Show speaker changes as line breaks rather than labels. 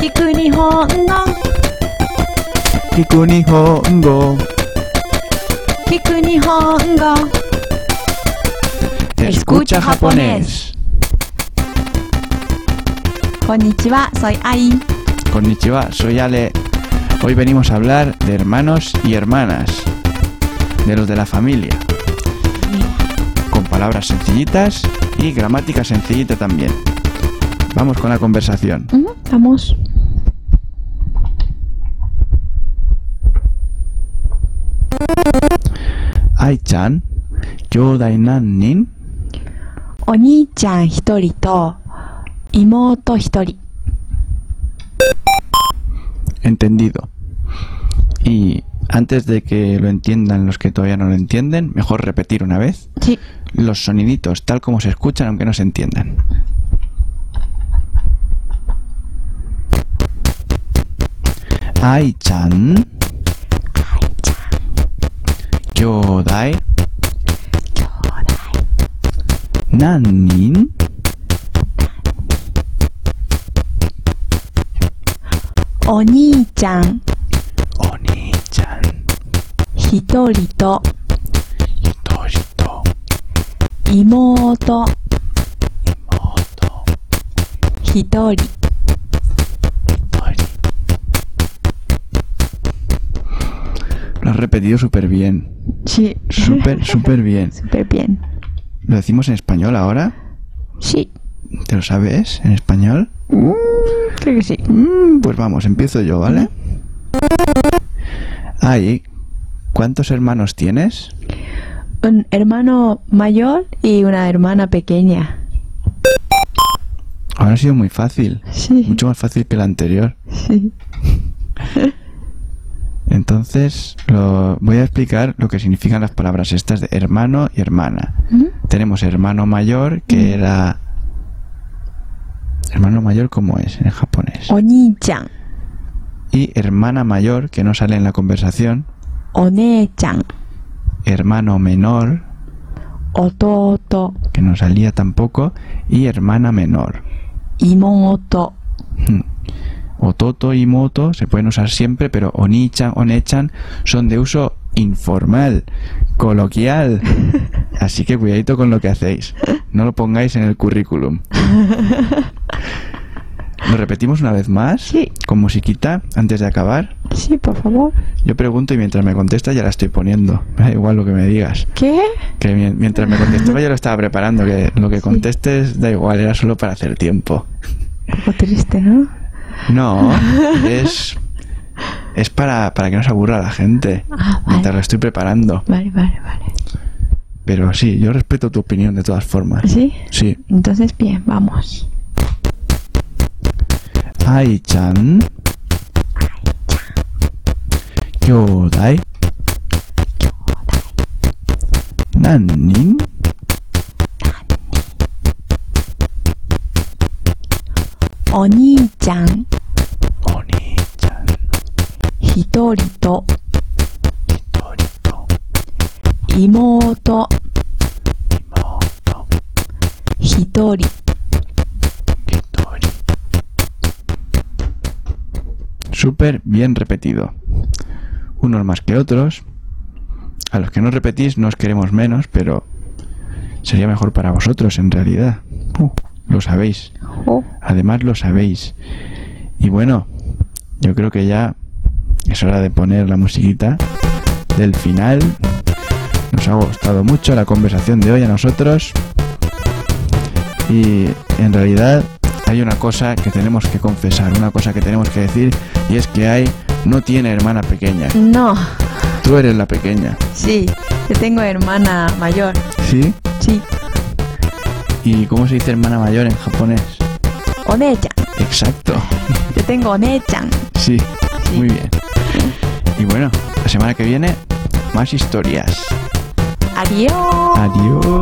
聞く日本語
聞く日本語
聞く日本語 Escucha japonés. こんにちは、soy Ai
Konnichiwa, soy Ale. Hoy venimos a hablar de hermanos y hermanas, de los de la familia, con palabras sencillitas y gramática sencillita también. Vamos con la conversación.
Ujú, Vamos
Ai-chan, Yodai Nannin,
お兄ちゃん一人と妹一人
entendido. Y antes de que lo entiendan los que todavía no lo entienden, mejor repetir una vez.
ち
los soniditos tal como se escuchan aunque no se entiendan. Ai-chan. Kyodai. Nanin.
「お兄ちゃん
Oni-chan.
一人と
Hitoshito.
妹
Moto.
一人
Tori. Lo has repetido súper bien.
ち
Súper, súper bien.
Súper bien
¿Lo decimos en español ahora?
し
¿Te lo sabes en español?
creo que sí
Mm, Pues vamos, empiezo yo, ¿vale? Ay, ¿cuántos hermanos tienes?
un hermano mayor y una hermana pequeña
Ahora ha sido muy fácil,
sí
mucho más fácil que el anterior.
sí
Entonces, lo, voy a explicar lo que significan las palabras estas de hermano y hermana.
¿Mm?
Tenemos hermano mayor, que era... Hermano mayor, ¿cómo es en japonés?
お兄ちゃん
Y hermana mayor, que no sale en la conversación.
お姉ちゃん
Hermano menor,
弟
que no salía tampoco. Y hermana menor.
妹
Hmm. O toto y moto se pueden usar siempre, pero onichan, onechan son de uso informal, coloquial. Así que cuidadito con lo que hacéis. No lo pongáis en el currículum. Lo repetimos una vez más,
Sí.
con musiquita, antes de acabar.
sí por favor
Yo pregunto y mientras me contesta ya la estoy poniendo. Me da igual lo que me digas.
¿qué?
Que mi- mientras me contestaba ya lo estaba preparando, que lo que contestes da igual, era solo para hacer tiempo.
un poco triste ¿no?
No, es. Es para, para que no se aburra la gente.
ah
Mientras
vale
lo estoy preparando.
vale vale vale
Pero sí, yo respeto tu opinión de todas formas.
¿sí?
Sí.
entonces bien vamos
Ai-chan. Kyodai. Nannin.
「お兄ちゃん
Oni-chan.
一人と
Torito.
妹
Moto.
一人
Tori. Súper bien repetido. Unos más que otros. A los que no repetís nos queremos menos, pero sería mejor para vosotros en realidad. Uh, lo sabéis.
Oh.
Además lo sabéis. Y bueno, yo creo que ya es hora de poner la musiquita del final. Nos ha gustado mucho la conversación de hoy a nosotros. Y en realidad hay una cosa que tenemos que confesar, una cosa que tenemos que decir, y es que hay no tiene hermana pequeña.
no
Tú eres la pequeña,
sí yo tengo hermana mayor
¿sí?
sí
¿Y cómo se dice hermana mayor en japonés?
お姉ちゃん
Exacto,
yo tengo お姉ちゃん
sí.
sí
Muy bien. Y bueno, la semana que viene, más historias.
adiós
Adiós.